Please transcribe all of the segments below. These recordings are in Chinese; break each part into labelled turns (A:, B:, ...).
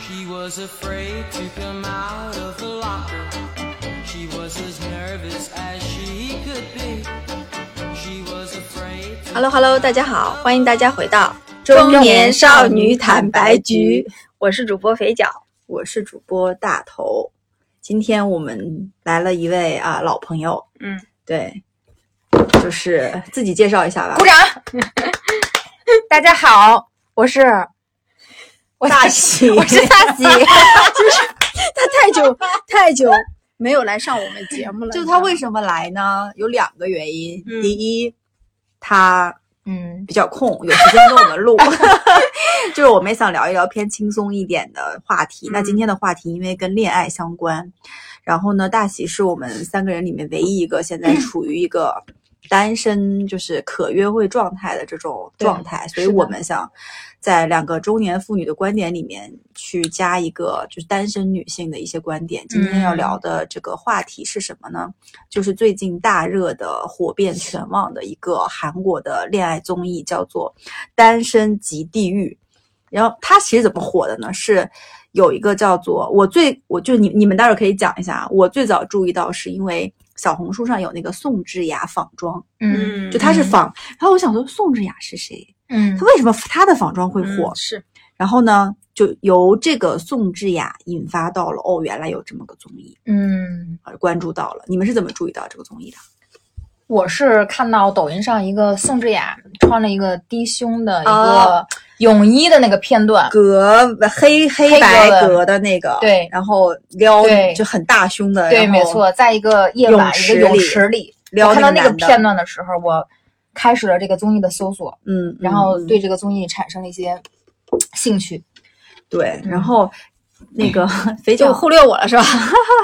A: She was afraid to come out of the locker. She was as nervous as she could be. She was afraid to
B: Hello Hello，大家好，欢迎大家回到
C: 中年少女坦白局，
B: 我是主播肥脚。
C: 我是主播大头。今天我们来了一位啊老朋友，
B: 嗯，
C: 对，就是自己介绍一下吧。
B: 掌！大家好，我是我
C: 大喜，
B: 我是大 喜，
C: 他太 久太久没有来上我们节目了。就他为什么来呢？有两个原因。
B: 嗯
C: 第一，他
B: 嗯，
C: 比较空，有时间跟我们 录。 就是我们也想聊一聊偏轻松一点的话题。那
B: 嗯
C: 今天的话题因为跟恋爱相关，然后呢，大喜是我们三个人里面唯一一个现
B: 嗯
C: 在处于一个单身，就是可约会状态的这种
B: 对
C: 状态，所以
B: 是的
C: 我们想在两个中年妇女的观点里面去加一个就是单身女性的一些观点。今天要聊的这个话题是什么呢？就是最近大热的、火遍全网的一个韩国的恋爱综艺，叫做《单身即地狱》。然后它其实怎么火的呢？是有一个叫做我最我就你你们待会儿可以讲一下啊。我最早注意到是因为小红书上有那个宋智雅仿妆，
B: 嗯
C: 就她是仿，然后我想说宋智雅是谁？
B: 嗯
C: 她为什么她的仿妆会火？
A: 嗯
B: 是
C: 然后呢，就由这个宋智雅引发到了哦，原来有这么个综艺，
D: 嗯，
C: 而关注到了。你们是怎么注意到这个综艺的？
D: 我是看到抖音上一个宋智雅穿了一个低胸的一
C: 哦
D: 个泳衣的那个片段，
C: 格黑黑
D: 黑
C: 白
D: 格的
C: 格的那个，
D: 对
C: 然后撩
D: 对
C: 就很大胸的，
D: 对，
C: 然后
D: 没错，在一个夜
C: 泳
D: 晚一
C: 池
D: 个
C: 里
D: 泳池里，
C: 撩
D: 我看到
C: 那
D: 那
C: 个
D: 个
C: 男的
D: 片段的时候，我开始了这个综艺的搜索，
C: 嗯，嗯，
D: 然后
C: 嗯
D: 对这个综艺产生了一些兴趣。
C: 对，
D: 嗯
C: 然后那 个肥
E: 就
C: 脚，
E: 忽略我了是 吧？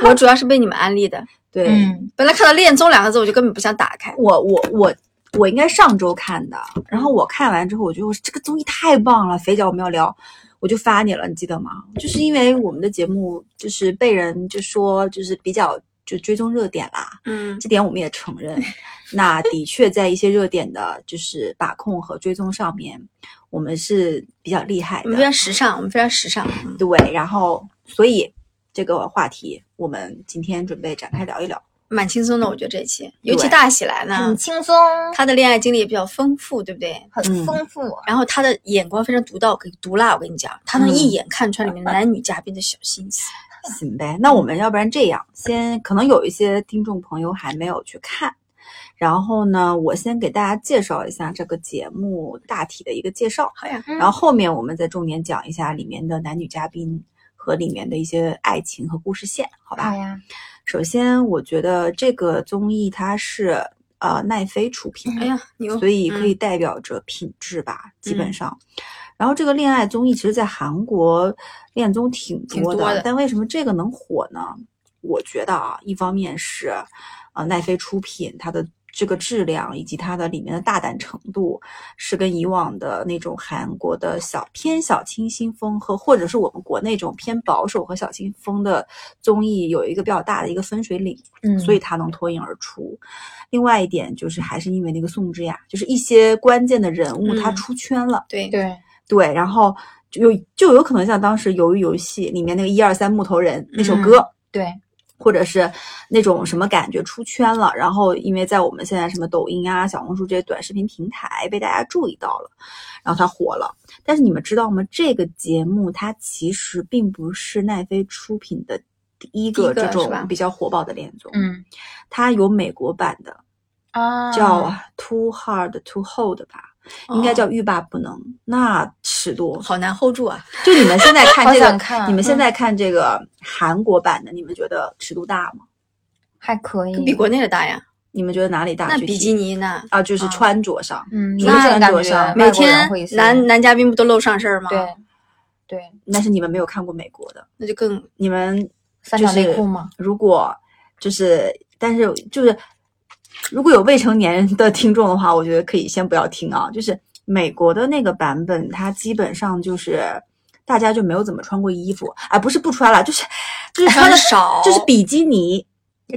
E: 我主要是被你们安利的。
C: 对、
D: 嗯，
E: 本来看到“恋综”两个字，我就根本不想打开。
C: 我我我我应该上周看的，然后我看完之后，我觉得我这个综艺太棒了，肥脚我们要聊。我就发你了，你记得吗？就是因为我们的节目就是被人就说就是比较就追踪热点啦，
B: 嗯，
C: 这点我们也承 认。那的确在一些热点的，就是把控和追踪上面，我们是比较厉害
E: 我们非
C: 的。
E: 常时尚，我们非常时尚。嗯
C: 对，然后所以这个话题，我们今天准备展开聊一聊。
E: 蛮轻松的，我觉得这一期，
C: 对
E: 尤其大喜来
C: 嗯
E: 呢
D: 很，轻松，
E: 她的恋爱经历也比较丰富，对不对？
D: 很
C: 嗯
D: 丰富。
E: 然后她的眼光非常独到，跟毒辣，我跟你讲，她能
C: 嗯
E: 一眼看穿里面的男女嘉宾的小心思。
C: 行呗，那我们要不然这样，先可能有一些听众朋友还没有去看，然后呢，我先给大家介绍一下这个节目大体的一个介绍，
E: 好呀，
D: 嗯
C: 然后后面我们再重点讲一下里面的男女嘉宾和里面的一些爱情和故事线，好吧？
D: 好呀，
C: 首先，我觉得这个综艺它是呃奈飞出品
E: 哎
C: 的，
E: 呀，牛！
C: 所以可以
E: 嗯
C: 代表着品质吧，基本上。然后这个恋爱综艺其实，在韩国恋综挺
E: 挺
C: 多的，
E: 多的
C: 但为什么这个能火呢？我觉得啊，一方面是呃奈飞出品，它的这个质量以及它的里面的大胆程度，是跟以往的那种韩国的小偏小清新风和或者是我们国内这种偏保守和小清新风的综艺有一个比较大的一个分水岭。
D: 嗯，
C: 所以它能脱颖而出。另外一点就是，还是因为那个宋智雅，就是一些关键的人物他
E: 嗯
C: 出圈了，
E: 对，
D: 对，
C: 对，然后就有就有可能像当时《鱿鱼游戏》里面那个一二三木头人那首
E: 嗯
C: 歌。
D: 对，
C: 或者是那种什么感觉出圈了，然后因为在我们现在什么抖音啊、小红书这些短视频平台被大家注意到了，然后它火了。但是你们知道吗？这个节目它其实并不是奈飞出品的第一
E: 第一
C: 个
E: 个
C: 这
E: 是
C: 种
E: 吧
C: 比较火爆的恋综，
D: 嗯
C: 它有美国版的，
D: 啊，
C: 叫《Too Hard to Hold》吧，应该
E: 哦
C: 叫欲罢不能。那尺度，
E: 好难 hold 住啊！
C: 就你们现 在看
D: 好
C: 这
D: 想
C: 个，
D: 看，
C: 你们现
D: 嗯
C: 在看这个韩国版的，你们觉得尺度大吗？
D: 还可
C: 嗯
D: 以，
E: 比国内的大呀。
C: 你们觉得哪里大？
E: 那
C: 具体
E: 比基尼呢？
C: 啊，就是
E: 啊
C: 穿着上，
D: 嗯，明
C: 那
D: 显感
C: 感觉
D: 觉
E: 每
D: 外国人
E: 天
D: 会是
E: 男男嘉宾不都露上身儿吗？
D: 对对
C: 但是你们没有看过美国的，
E: 那就更
C: 你们
D: 三角内裤吗？
C: 如果就是，但是就是，如果有未成年人的听众的话，我觉得可以先不要听啊。就是美国的那个版本，它基本上就是大家就没有怎么穿过衣服，啊，不是不穿了，就是就是穿
E: 穿
C: 的
E: 的少，
C: 就是比基尼。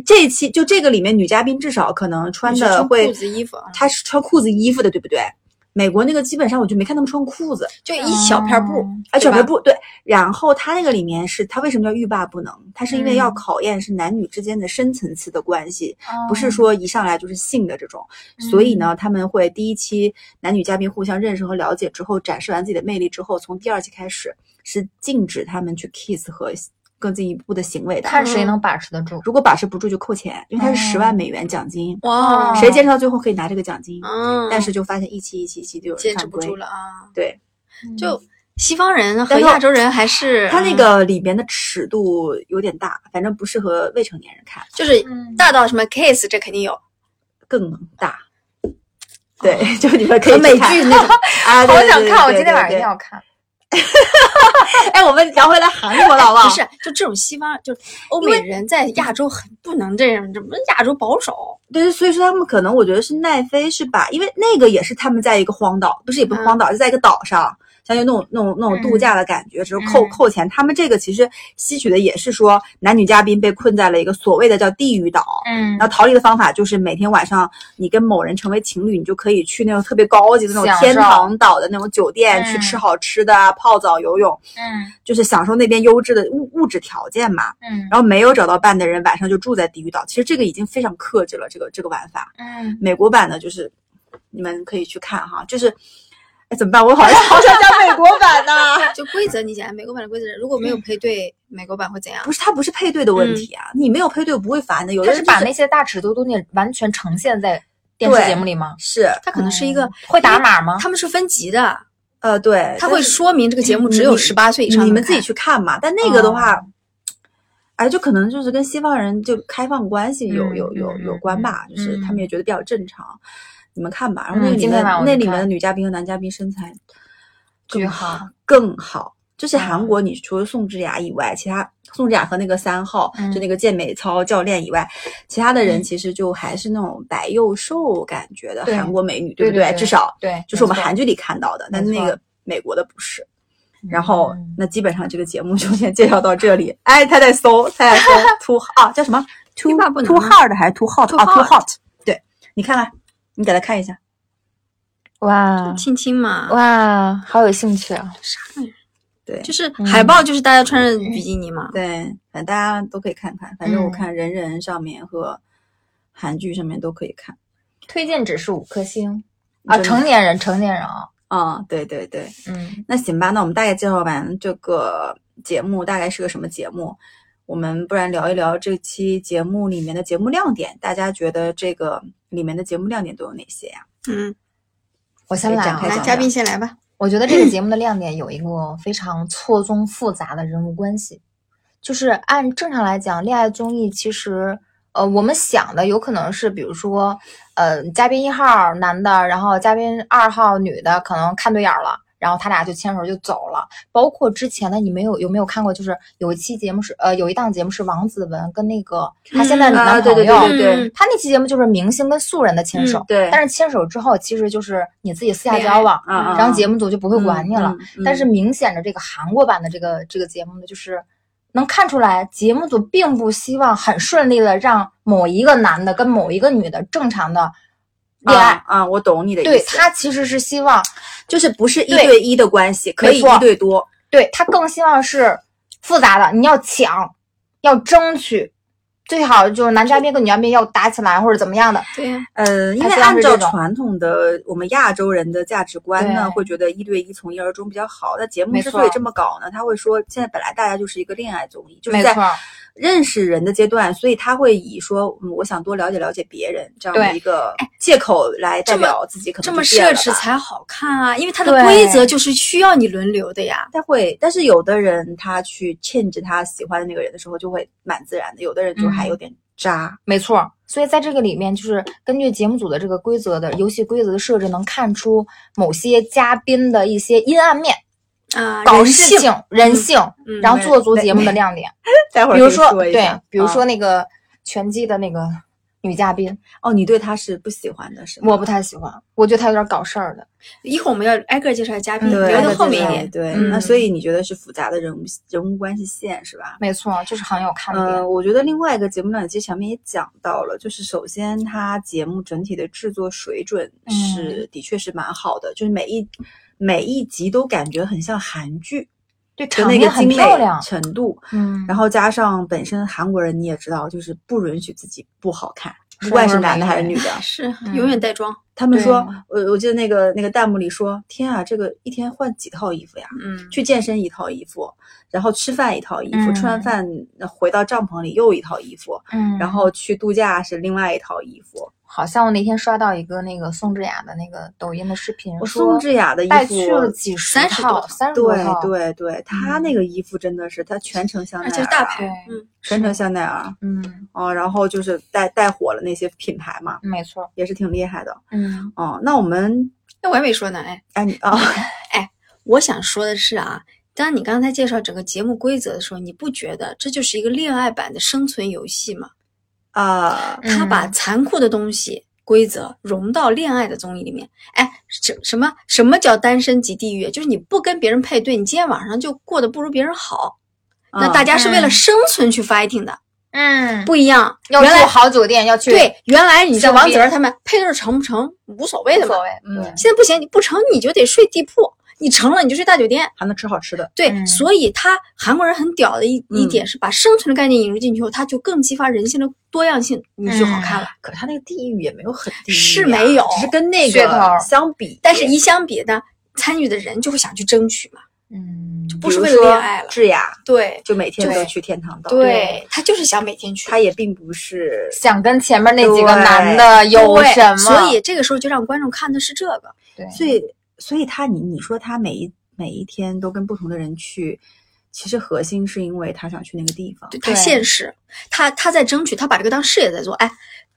C: 这一期就这个里面女嘉宾至少可能穿
E: 你是
C: 的
E: 穿
C: 会
E: 裤子衣服啊
C: 她是穿裤子衣服的，对不对？美国那个基本上我就没看他们穿裤子，
E: 就一小片布，
C: 啊，
E: 对
C: 小
E: 吧
C: 白布对。然后它那个里面是它为什么叫欲罢不能？它是因为要
E: 嗯
C: 考验是男女之间的深层次的关系，
D: 嗯
C: 不
E: 哦
C: 是说一上来就是性的这种。所以
E: 嗯
C: 呢，他们会第一期男女嘉宾互相认识和了解之后，展示完自己的魅力之后，从第二期开始是禁止他们去 kiss 和更进一步的行为的。
D: 嗯看谁能把持得住。
C: 如果把持不住就扣钱，因为它是十万美元奖金，
E: 哇，
C: 哦谁坚持到最后可以拿这个奖金。
E: 哦嗯，
C: 但是就发现一期一期一期就有人
E: 坚持
C: 犯
E: 不
C: 规
E: 住。了啊。
C: 对，
E: 就西方人
C: 但
E: 和
C: 是
E: 亚洲人还是嗯
C: 它
D: 嗯
C: 那个里边的尺度有点大，反正不适合未成年人看，
E: 就是
D: 嗯
C: 嗯
E: 大到什么 kiss，这肯定有，
C: 更大。对，
D: 哦
C: 就你们可以
E: 和美
C: 去看
E: 剧那种
C: 啊，
D: 好
C: 对
D: 想看，我
C: 对
D: 今天晚上一
C: 对
D: 定要看。
C: 对哎，我们聊回来韩国了，好不 好？
E: 不是，就这种西方，就是欧美人在亚洲很不能这样，怎么亚洲保守？
C: 对，所以说他们可能我觉得是奈飞是把，因为那个也是他们在一个荒岛，不是也不是
D: 嗯
C: 荒岛，就在一个岛上，相当于那种那种那种度假的感觉，只是扣
D: 嗯
C: 扣钱。他们这个其实吸取的也是说男女嘉宾被困在了一个所谓的叫地狱岛。
D: 嗯
C: 然后逃离的方法就是每天晚上，你跟某人成为情侣，你就可以去那种特别高级的那种
D: 享
C: 天
D: 受
C: 堂岛的那种酒店，去
D: 嗯
C: 吃好吃的啊，泡澡、游泳，
D: 嗯
C: 就是享受那边优质的物物质条件嘛。
D: 嗯
C: 然后没有找到伴的人，晚上就住在地狱岛。其实这个已经非常克制了，这个这个玩法。
D: 嗯，
C: 美国版的，就是你们可以去看哈，就是。哎，怎么办？我好像好想讲美国版呐、
E: 啊 就规则你讲，美国版的规则，如果没有配对，美国版会怎样？
C: 不是，它不是配对的问题啊，你没有配对我不会烦的。有的
D: 他
C: 人
D: 嗯是把
C: 就
D: 那些大尺度东西完全呈现在电视
C: 对
D: 节目里吗？嗯
C: 是
E: 它可能是一个
D: 会打码吗？
E: 他们是分级的，
C: 呃，对，
E: 他会
C: 但是
E: 说明这个节目只有
C: 你
E: 十八岁以上，
C: 你们自己。去看嘛。但那个
D: 嗯
C: 的话，哎，就可能就是跟西方人就开放关系有、
D: 嗯
C: 有有
D: 嗯
C: 有关吧，就是他们也觉得比较正常。你们看吧，然后
D: 嗯
C: 那个里
D: 今
C: 面、
D: 天晚上我
C: 那
D: 就
C: 里面
D: 看啊
C: 的女嘉宾和男嘉宾身材
D: 巨
C: 更
D: 好，
C: 更好。就是韩
D: 嗯
C: 国，你除了宋智雅以外，其他宋智雅和那个三号，
D: 嗯
C: 就那个健美操教练以外，其他的人其实就还是那种白又瘦感觉的
D: 对
C: 韩国美女，对不
D: 对对
C: 至少
D: 对，
C: 就是我们
D: 没错
C: 韩剧里看到的，但
D: 没
C: 那
D: 错
C: 个美国的不是。然后
D: 嗯，
C: 那基本上这个节目就先介绍到这里。哎，他在搜，他在搜 too 啊，叫什么 too
E: 欲罢不能
C: too hard 还是 too hot
E: Too
C: 啊 too
E: hot
C: hot？对你看看，你给他看一下，
D: 哇
E: 亲亲嘛，
D: 哇，好有兴趣啊！
C: 对
E: 就是海报，就是大家穿着比基尼嘛。
C: 对，反正大家都可以看看。反正我
D: 嗯
C: 看人人上面和韩剧上面都可以看。
D: 推荐指数五颗星啊，
C: 真的
D: 成年人，成年人啊，
C: 啊，对对对，
D: 嗯，
C: 那行吧，那我们大概介绍完这个节目大概是个什么节目，我们不然聊一聊这期节目里面的节目亮点，大家觉得这个里面的节目亮点都有哪些呀、
E: 嗯，哎
D: 我先来
C: 展开讲。
D: 啊
E: 来
C: 讲
E: 嘉宾先来吧。
D: 我觉得这个节 目的亮点有一个非常错综复杂的人物关系，就是按正常来讲，恋爱综艺其实，呃，我们想的有可能是，比如说，呃，嘉宾一号男的，然后嘉宾二号女的，可能看对眼儿了。然后他俩就牵手就走了，包括之前的你没有有没有看过？就是有一期节目是呃有一档节目是王子文跟那个他现在的
C: 嗯啊
D: 男
C: 对
D: 朋
C: 对
D: 友，
C: 对对对
E: 嗯
D: 他那期节目就是明星跟素人的牵手，
C: 对
D: 但是牵手之后其实就是你自己私下
E: 恋爱
D: 交往，
C: 嗯嗯
D: 然后
C: 嗯
D: 节目组就不会管你了。
C: 嗯嗯
D: 但是明显的这个韩国版的这个这个节目呢，就是能看出来节目组并不希望很顺利的让某一个男的跟某一个女的正常的恋爱，
C: 啊啊，我懂你的意
D: 对
C: 思，
D: 他其实是希望，
C: 就是不是一
D: 对
C: 对一的关系，可
D: 没
C: 以
D: 错
C: 一对多，
D: 对他更希望是复杂的，你要抢，要争取，最好就是男嘉宾跟女嘉宾要打起来或者怎么样的，
E: 对呀，
C: 呃，因
D: 它
C: 为
D: 像
C: 按
D: 是
C: 照
D: 这种
C: 传统的我们亚洲人的价值观呢，
D: 对
C: 会觉得一对一从一而终比较好。那节目
D: 没
C: 之所以
D: 错
C: 这么搞呢，他会说现在本来大家就是一个恋爱综艺，就是
D: 没
C: 在
D: 错
C: 认识人的阶段，所以他会以说嗯我想多了解了解别人这样的
D: 对
C: 一个借口来代
E: 这么
C: 表自己可能
E: 这么
C: 就变
E: 设
C: 了
E: 置
C: 吧
E: 才好看啊，因为它的
D: 对
E: 规则就是需要你轮流的呀。
C: 他会，但是有的人他去 change 他喜欢的那个人的时候，就会蛮自然的；有的人就还
D: 嗯
C: 有点 渣。
D: 没错，所以在这个里面，就是根据节目组的这个规则的游戏规则的设置，能看出某些嘉宾的一些阴暗面，
E: 啊，
D: 搞
E: 人
D: 事
E: 性，
D: 情、人性，
E: 嗯
D: 然后
C: 没
D: 做足
C: 没
D: 节目的亮点。
C: 待会儿
D: 比
C: 可
D: 如
C: 以
D: 说，
C: 一
D: 对
C: 下，嗯
D: 比如
C: 啊
D: 说那个拳击的那个女嘉宾，
C: 哦，你对他是不喜欢的，是吗？
D: 我不太喜欢，我觉得她有点搞事儿的。
E: 一会儿我们要挨个介绍嘉宾，
D: 嗯
E: 留
C: 对，
D: 挨
E: 到
D: 个
E: 后
D: 介
E: 面一
D: 绍
E: 点。
C: 对，
D: 嗯
C: 那所以你觉得是复杂的人物人物关系线是吧？
D: 没错，就是很有看点。
C: 呃，我觉得另外一个节目呢，其实前面也讲到了，就是首先它节目整体的制作水准是、的确是蛮好的，就是每一每一集都感觉很像韩剧
D: 对，
C: 的
D: 场
C: 那个
D: 面很
C: 精美
D: 漂亮。
C: 程度，
D: 嗯，
C: 然后加上本身韩国人你也知道，就是不允许自己不好看，不
D: 是
C: 管是
D: 味儿
C: 男的
D: 美
C: 还是
D: 味
C: 女的，
E: 是
C: 嗯
E: 永远带妆，
C: 他们
D: 对
C: 说，我我记得那个那个弹幕里说，天啊，这个一天换几套衣服呀？
E: 嗯，
C: 去健身一套衣服，然后吃饭一套衣服，
D: 嗯
C: 吃完饭回到帐篷里又一套衣服，
D: 嗯，
C: 然后去度假是另外一套衣服。
D: 好像我那天刷到一个那个宋智雅的那个抖音的视频，
C: 我
D: 说
C: 宋智雅的衣
D: 带
C: 服，
D: 去了几十
E: 30多
D: 套，
E: 套
D: 三十多
C: 对
D: 套，嗯
C: 对对，她那个衣服真的是，她全程香奈
E: 而
C: 儿啊，
E: 且是大牌，
D: 对
E: 嗯，
C: 全程香奈儿
D: 嗯，
C: 哦，然后就是带带火了那些品牌嘛，
D: 没错，
C: 也是挺厉害的
D: 嗯
C: 哦。那我们
E: 那我还没说呢，哎，
C: 哎你啊，
E: 我想说的是啊，当你刚才介绍整个节目规则的时候，你不觉得这就是一个恋爱版的生存游戏吗？哦
C: 啊、
D: 嗯
E: 他把残酷的东西规则融到恋爱的综艺里面。哎，什什么什么叫单身即地狱？就是你不跟别人配对，你今天晚上就过得不如别人好。那大
C: 家
E: 家是为了
D: 嗯
E: 生存去 fighting 的，
D: 嗯，
E: 不一样。
D: 要
E: 原来
D: 住好酒店，要去
E: 对，原来你像
D: 周边
E: 王子文他们配对成不成无所谓
D: 无
E: 的嘛
D: 所，谓，
C: 嗯
D: 对
E: 现在不行，你不成你就得睡地铺，你成了你就睡大酒店。
C: 还能吃好吃的，
E: 对，
D: 嗯
E: 所以他韩国人很屌的一一点是把生存的概念引入进去后，他就更激发人性的多样性，你就好看了。
D: 嗯
C: 可他那个地域也没有很地域、啊，
E: 嗯是没有
C: 只是跟那
D: 噱头
C: 个相比，
E: 但是，一相比呢，参与的人就会想去争取嘛，
D: 嗯，
E: 不是为了恋爱了。
C: 智雅
E: 对
C: 就每天
E: 对
C: 都去天堂岛，
E: 对，他就是想每天去。
C: 他也并不是
D: 想跟前面那几个
C: 对
D: 男的有
E: 对
D: 什么？
E: 所以这个时候就让观众看的是这个。
D: 对，
C: 所以，所以他你你说他每一每一天都跟不同的人去，其实核心是因为他想去那个地方。
E: 对他
D: 对
E: 现实，他他在争取，他把这个当事业在做。哎，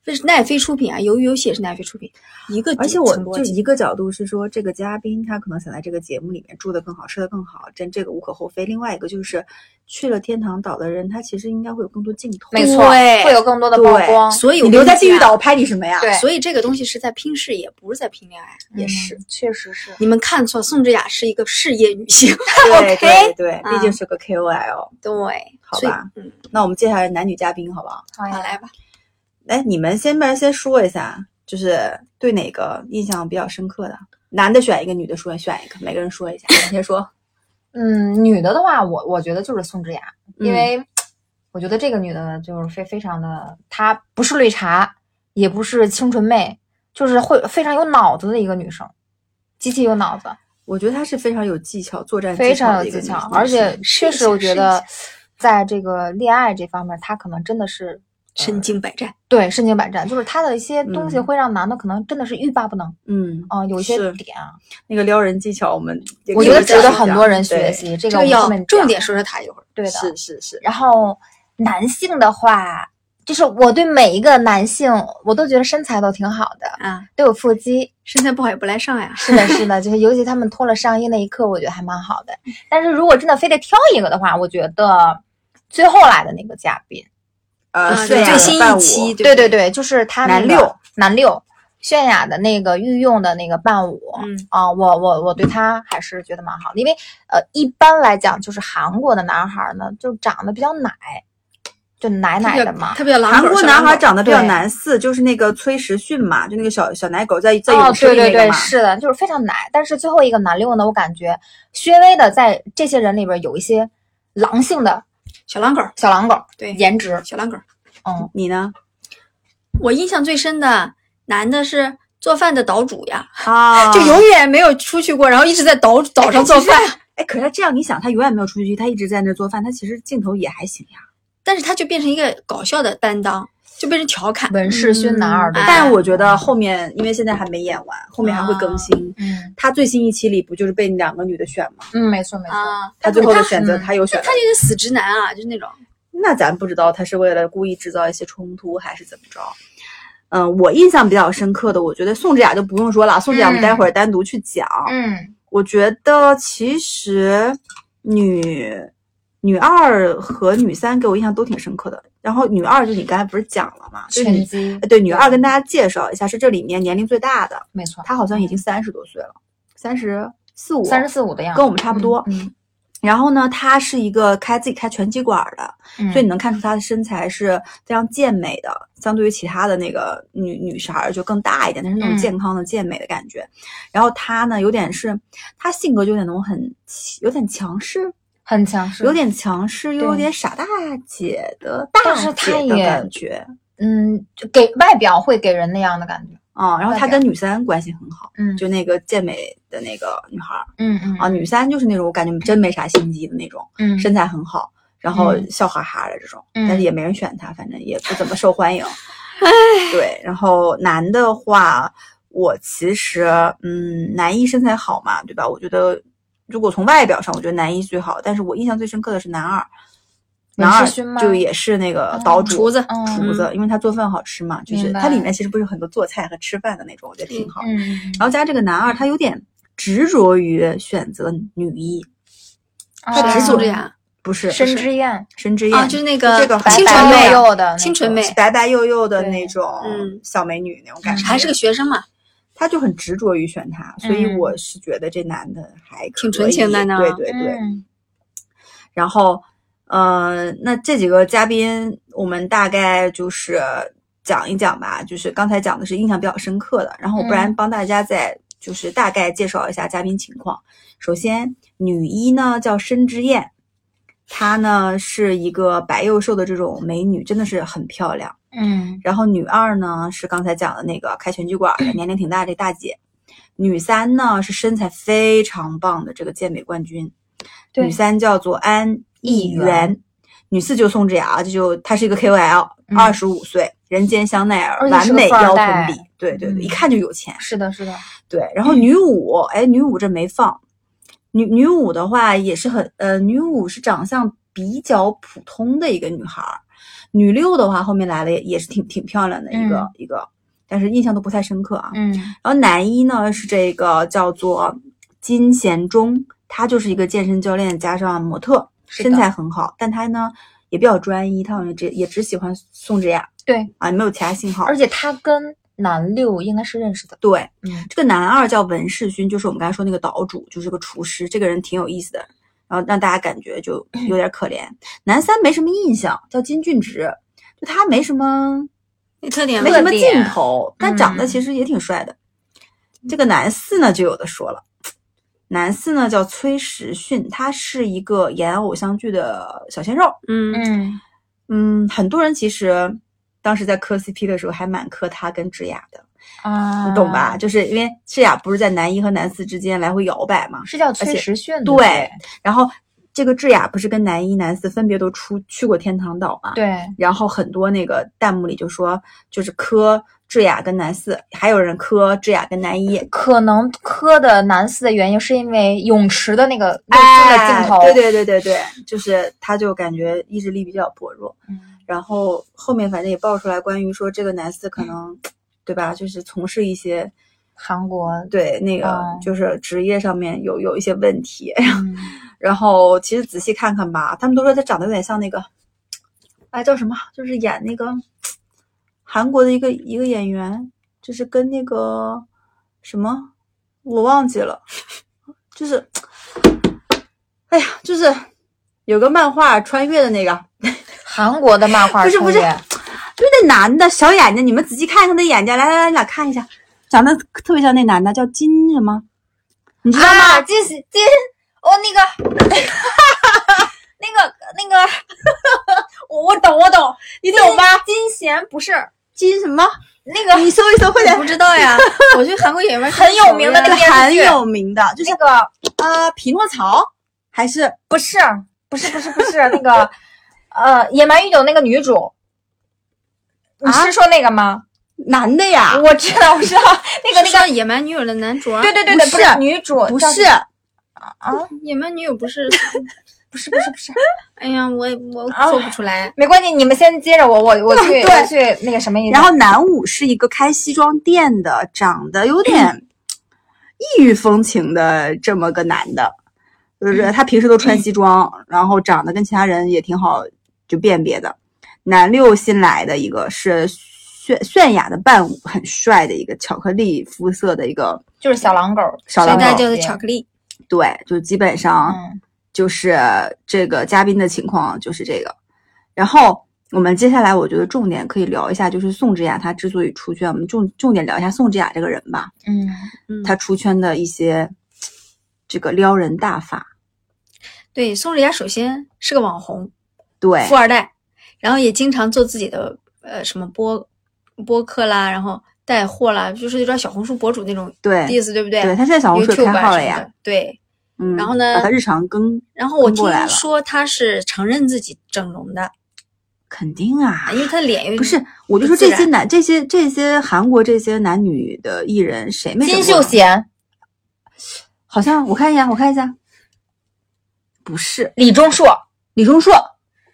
E: 这是奈飞出品啊，鱿鱼游戏也是奈飞出品，一个
C: 而且我
E: 层逻
C: 就
E: 辑
C: 一个角度是说，这个嘉宾他可能想在这个节目里面住得更好，吃得更好，真这个无可厚非。另外一个就是去了天堂岛的人，他其实应该会有更多镜头，
D: 没错，
E: 对
D: 会有更多的曝
C: 对
D: 光。
E: 所以
C: 你
E: 我
C: 留
E: 跟
C: 在
E: 你
C: 地狱
E: 讲
C: 岛，拍你什么呀？
D: 对
E: 所以这个东西是在拼事业，不是在拼恋爱。
C: 也是
D: 嗯，确实是。
E: 你们看错，宋智雅是一个事业女性。
C: 对
E: OK
C: 对对，毕竟是个 KOL。
E: 对，
C: 好
E: 所以
C: 吧
E: 嗯，
C: 那我们接下来男女嘉宾好不好？
D: 好
E: 好
D: 呀，
E: 来吧。
C: 哎，你们先边先说一下，就是对哪个印象比较深刻的？男的选一个，女的说选一个，每个人说一下。你先说，
D: 嗯，女的的话，我我觉得就是宋智雅，
C: 嗯
D: 因为我觉得这个女的就是非非常的，她不是绿茶，也不是清纯妹，就是会非常有脑子的一个女生，极其有脑子，
C: 我觉得她是非常有技巧，作战
D: 非常
C: 的
D: 有
C: 一个
D: 技
C: 女
D: 巧
C: 女，
D: 而且
C: 性
D: 确
E: 试
D: 实
E: 一
D: 我
E: 下
D: 觉
E: 试一
D: 得
E: 下
D: 在这个恋爱这方面，她可能真的是
E: 身经百战，
D: 对身经百战，就是她的一些东西
C: 嗯
D: 会让男的可能真的是欲罢不能
C: 嗯，
D: 啊、有一些
C: 是
D: 点啊，
C: 那个撩人技巧，我们也
D: 我
C: 可
D: 觉
C: 以
D: 得
C: 再
D: 值得
C: 讲
D: 很多人学
C: 对
D: 习，这
E: 这
D: 个我
E: 个
D: 们
E: 要
D: 后面
E: 重
D: 讲
E: 点说说她一会儿。
D: 啊对的，
C: 是是是，
D: 然后男性的话，就是我对每一个男性，我都觉得身材都挺好的，
E: 啊，
D: 都有腹肌。
E: 身材不好也不来上呀。
D: 是的，是的，就是尤其他们脱了上衣那一刻，我觉得还蛮好的。但是如果真的非得挑一个的话，我觉得最后来的那个嘉宾，
C: 呃，
E: 啊
C: 泫雅
E: 最
C: 的
E: 新
C: 伴
E: 一
C: 舞
E: 期，
D: 对
E: 不
D: 对，对，就是他那
C: 男
D: 个
C: 六
D: 男六泫雅的那个御用的那个伴舞，
E: 嗯
D: 啊，我我我对他还是觉得蛮好的，因为呃，一般来讲就是韩国的男孩呢，就长得比较奶，就奶
E: 他比
D: 奶
E: 较
D: 的嘛，
E: 他比较狼狗。
C: 韩国
E: 小
C: 男
E: 狼
C: 孩
E: 狗
C: 长得比较
D: 对
C: 男似，就是那个崔时训嘛，就那个小小奶狗在在
D: 哦，
C: 泳池
D: 对
C: 里
D: 对
C: 那个
D: 对，
C: 嘛。
D: 是的，就是非常奶。但是最后一个男六呢，我感觉薛微的在这些人里边有一些狼性的
E: 小狼狗，
D: 小狼狗，
E: 对
D: 颜值，
E: 小狼狗。
D: 嗯，
C: 你呢？
E: 我印象最深的男的是做饭的岛主呀，
C: 啊，
E: 就永远没有出去过，然后一直在岛岛上做
D: 哦
E: 饭。
C: 哎，可是他这样，你想，他永远没有出去，他一直在那儿做饭，他其实镜头也还行呀。
E: 但是他就变成一个搞笑的担当，就被人调侃。
D: 文饰熏男二，对吧
C: 但我觉得后面，因为现在还没演完，后面还会更新。
D: 嗯
C: 他最新一期里不就是被两个女的选吗？
D: 嗯，没错没错，
E: 啊，
C: 他最后的选择，
D: 嗯
C: 他有选择。
E: 他就是死直男啊，就是那种
C: 那咱不知道他是为了故意制造一些冲突，还是怎么着？嗯，我印象比较深刻的，我觉得宋智雅就不用说了，宋智雅我们
D: 嗯
C: 待会儿单独去讲。
D: 嗯
C: 我觉得其实女女二和女三给我印象都挺深刻的。然后女二就你刚才不是讲了嘛，就是
D: 拳
C: 你
D: 击，
C: 对女二跟大家介绍一下，是这里面年龄最大的，
D: 没错，
C: 她好像已经三十多岁了，三十四五，
D: 三十四五的样子，
C: 跟我们差不多。
D: 嗯
C: 然后呢，她是一个开自己开拳击馆儿的，
D: 嗯，
C: 所以你能看出她的身材是非常健美的，相对于其他的那个女女孩儿就更大一点，但是那种
D: 嗯
C: 健康的健美的感觉。然后她呢，有点是她性格就有点那种很有点强势，
D: 很强势，
C: 有点强势又有
D: 对
C: 点傻大姐的
D: 但是
C: 大
D: 她
C: 姐的
D: 也
C: 感觉
D: 嗯，就给外表会给人那样的感觉，
C: 啊、然后
D: 外
C: 她
D: 表
C: 跟女三关系很好，
D: 嗯
C: 就那个健美的那个女孩儿
D: 嗯嗯
C: 啊，女三就是那种我感觉真没啥心机的那种，
D: 嗯
C: 身材很好，然后
D: 嗯
C: 笑哈哈的这种，
D: 嗯
C: 但是也没人选她，反正也不怎么受欢迎。对，然后男的话，我其实嗯，男一身材好嘛，对吧？我觉得如果从外表上，我觉得男一最好，但是我印象最深刻的是男二。
D: 文
C: 男
D: 世
C: 二
D: 勋吗
C: 就也是那个
D: 哦
C: 岛主、
E: 厨子
D: 嗯
C: 厨子，因为他做饭好吃嘛，就是
D: 明白
C: 它里面其实不是很多做菜和吃饭的那种，我觉得挺好。
D: 嗯嗯
C: 然后加这个男二，他有点执着于选择女一，
D: 嗯
E: 是
D: 啊
E: 谁组织呀？
C: 不是
D: 申之燕，
C: 申之燕，
E: 啊，就是那个
C: 这个
D: 白
E: 清
C: 白
E: 纯
D: 白
E: 妹
D: 幼
E: 啊
D: 幼的那
E: 清纯
D: 种
E: 妹
C: 白白幼幼的
D: 对
C: 那种
E: 嗯
C: 小美女那种感觉，
E: 还是个学生嘛，
C: 他就很执着于选她，所以
D: 嗯
C: 我是觉得这男的还可
E: 挺纯情的
C: 以
E: 呢
C: 对对对，
D: 嗯
C: 然后，呃，那这几个嘉宾，我们大概就是讲一讲吧。就是刚才讲的是印象比较深刻的，然后我不然帮大家再就是大概介绍一下嘉宾情况。首先，女一呢叫申之燕，她呢是一个白又瘦的这种美女，真的是很漂亮。
D: 嗯
C: 然后女二呢是刚才讲的那个开拳击 馆的，年龄挺大这大姐。女三呢是身材非常棒的这个健美冠军，
D: 对
C: 女三叫做安艺
D: 艺媛
C: 媛，女四就宋智雅，这就她是一个 KOL，
D: 嗯
C: 二十五岁，人间香奈
D: 而
C: 儿，
D: 且
C: 完
D: 是个
C: 美
D: 富二
C: 腰
D: 代
C: 臀比，对对对，一
D: 嗯
C: 看就有钱。
D: 是的是的，
C: 对，然后
D: 嗯
C: 女五，哎，女五这没放，女女五的话也是很，呃，女五是长相比较普通的一个女孩儿，女六的话后面来了也也是挺挺漂亮的一个、
D: 嗯
C: 一个，但是印象都不太深刻啊。
D: 嗯
C: 然后男一呢是这个叫做金贤忠，他就是一个健身教练加上模特，
D: 是
C: 身
D: 的
C: 材很好，但他呢也比较专一，他好像只也只喜欢宋智雅
D: 对，
C: 啊，没有其他信号。
D: 而且他跟男六应该是认识的，
C: 对，
D: 嗯
C: 这个男二叫文世勋，就是我们刚才说那个岛主，就是个厨师，这个人挺有意思的，然后让大家感觉 就有点可怜。男三没什么印象，叫金俊植，就他没什么
E: 那特点
C: 没
E: 嘛
C: 什么
D: 点
C: 劲头，嗯但长得其实也挺帅的。这个男四呢，就有的说了。男四呢叫崔时训，他是一个演偶像剧的小鲜肉。
E: 嗯，
D: 嗯
C: 嗯，很多人其实当时在磕 CP 的时候还蛮磕他跟智雅的，
D: 啊，
C: 你懂吧？？就是因为智雅不是在男一和男四之间来回摇摆嘛，
D: 是叫
C: 而
D: 崔
C: 且
D: 时训的，
C: 对然后这个智雅不是跟男一、男四分别都出去过天堂岛嘛？
D: 对，
C: 然后很多那个弹幕里就说，就是磕智雅跟男四，还有人磕智雅跟男一。
D: 可能磕的男四的原因是因为泳池的那个露珠的
C: 哎
D: 镜头，
C: 对对对对对， 就是他就感觉意志力比较薄弱，
D: 嗯，
C: 然后后面反正也爆出来关于说这个男四可能，对吧？就是从事一些
D: 韩国，
C: 对那个
D: 哦
C: 就是职业上面有有一些问题，
D: 嗯
C: 然后其实仔细看看吧，他们都说他长得有点像那个，哎，叫什么？就是演那个韩国的一个一个演员，就是跟那个什么，我忘记了，就是，哎呀，就是有个漫画穿越的那个，
D: 韩国的漫画
C: 不是不是
D: 穿越
C: 就那男的小眼睛，你们仔细看看他的眼睛，来来来，你俩看一下，长得特别像那男的，叫金什么？你知道吗？
D: 啊，这是这哦那个，那个 那个，我我懂我懂，你懂吧？金贤不是
C: 金什么？
D: 那个
C: 你搜一搜，快点
E: 我不知道呀，我觉得韩国演员
D: 很有名的那
C: 这
D: 个
C: 个
D: 电视
C: 很
D: 剧
C: 有名的，就是
D: 那个
C: 呃，匹诺曹还是
D: 不是不是不是不 是那个呃，《野蛮与酒》那个女主。你
C: 啊
D: 是说那个吗？
C: 男的呀？
D: 我知道，我 知道，那个那
E: 是
D: 个，
E: 《野蛮女友》的男主啊，
D: 对对对
C: 不
D: 对，不是
C: 是
D: 女主，
C: 不
D: 叫
C: 是，
E: 野蛮女友 不是，
D: 不是不是不是，
E: 哎呀，我也我
D: 啊
E: 做不出来，
D: 没关系，你们先接着我，我我去
C: 对
D: 我去那个什么意思？
C: 然后男五是一个开西装店的，长得有点异域风情的这么个男的，
D: 嗯
C: 就是他平时都穿西装，然后长得跟其他人也挺好就辨别的。男六新来的一个是泫泫雅的伴舞，很帅的一个巧克力肤色的一个
D: 就是小狼狗，
C: 小
E: 所以
C: 狼
E: 大家
C: 狗，
E: 叫做巧克力。
C: 对，就基本上
D: 嗯，
C: 就是这个嘉宾的情况就是这个。然后我们接下来我觉得重点可以聊一下，就是宋智雅她之所以出圈，我们重重点聊一下宋智雅这个人吧，
D: 嗯，
E: 嗯
C: 她出圈的一些这个撩人大法。
E: 对，宋智雅首先是个网红，
C: 对，
E: 富二代，然后也经常做自己的呃什么播播客啦，然后带货啦，就是有点小红书博主那种
C: 对，
E: 意思，对不对？
C: 对他现在小红书也
E: YouTube 啊
C: 开号了
E: 什么
C: 呀
E: 的。对，
C: 嗯，
E: 然后呢
C: 把他日常更
E: 然后我
C: 跟
E: 听
C: 过来了
E: 说他是承认自己整容的，
C: 肯定啊，
E: 因为他脸有
C: 不是，我就说
E: 哎自
C: 这
E: 然
C: 些男这些这些韩国这些男女的艺人谁没整
D: 金
C: 过
D: 秀
C: 呢，
D: 贤、
C: 好像我看一眼，我看一下，不是
D: 李钟硕，
C: 李钟硕，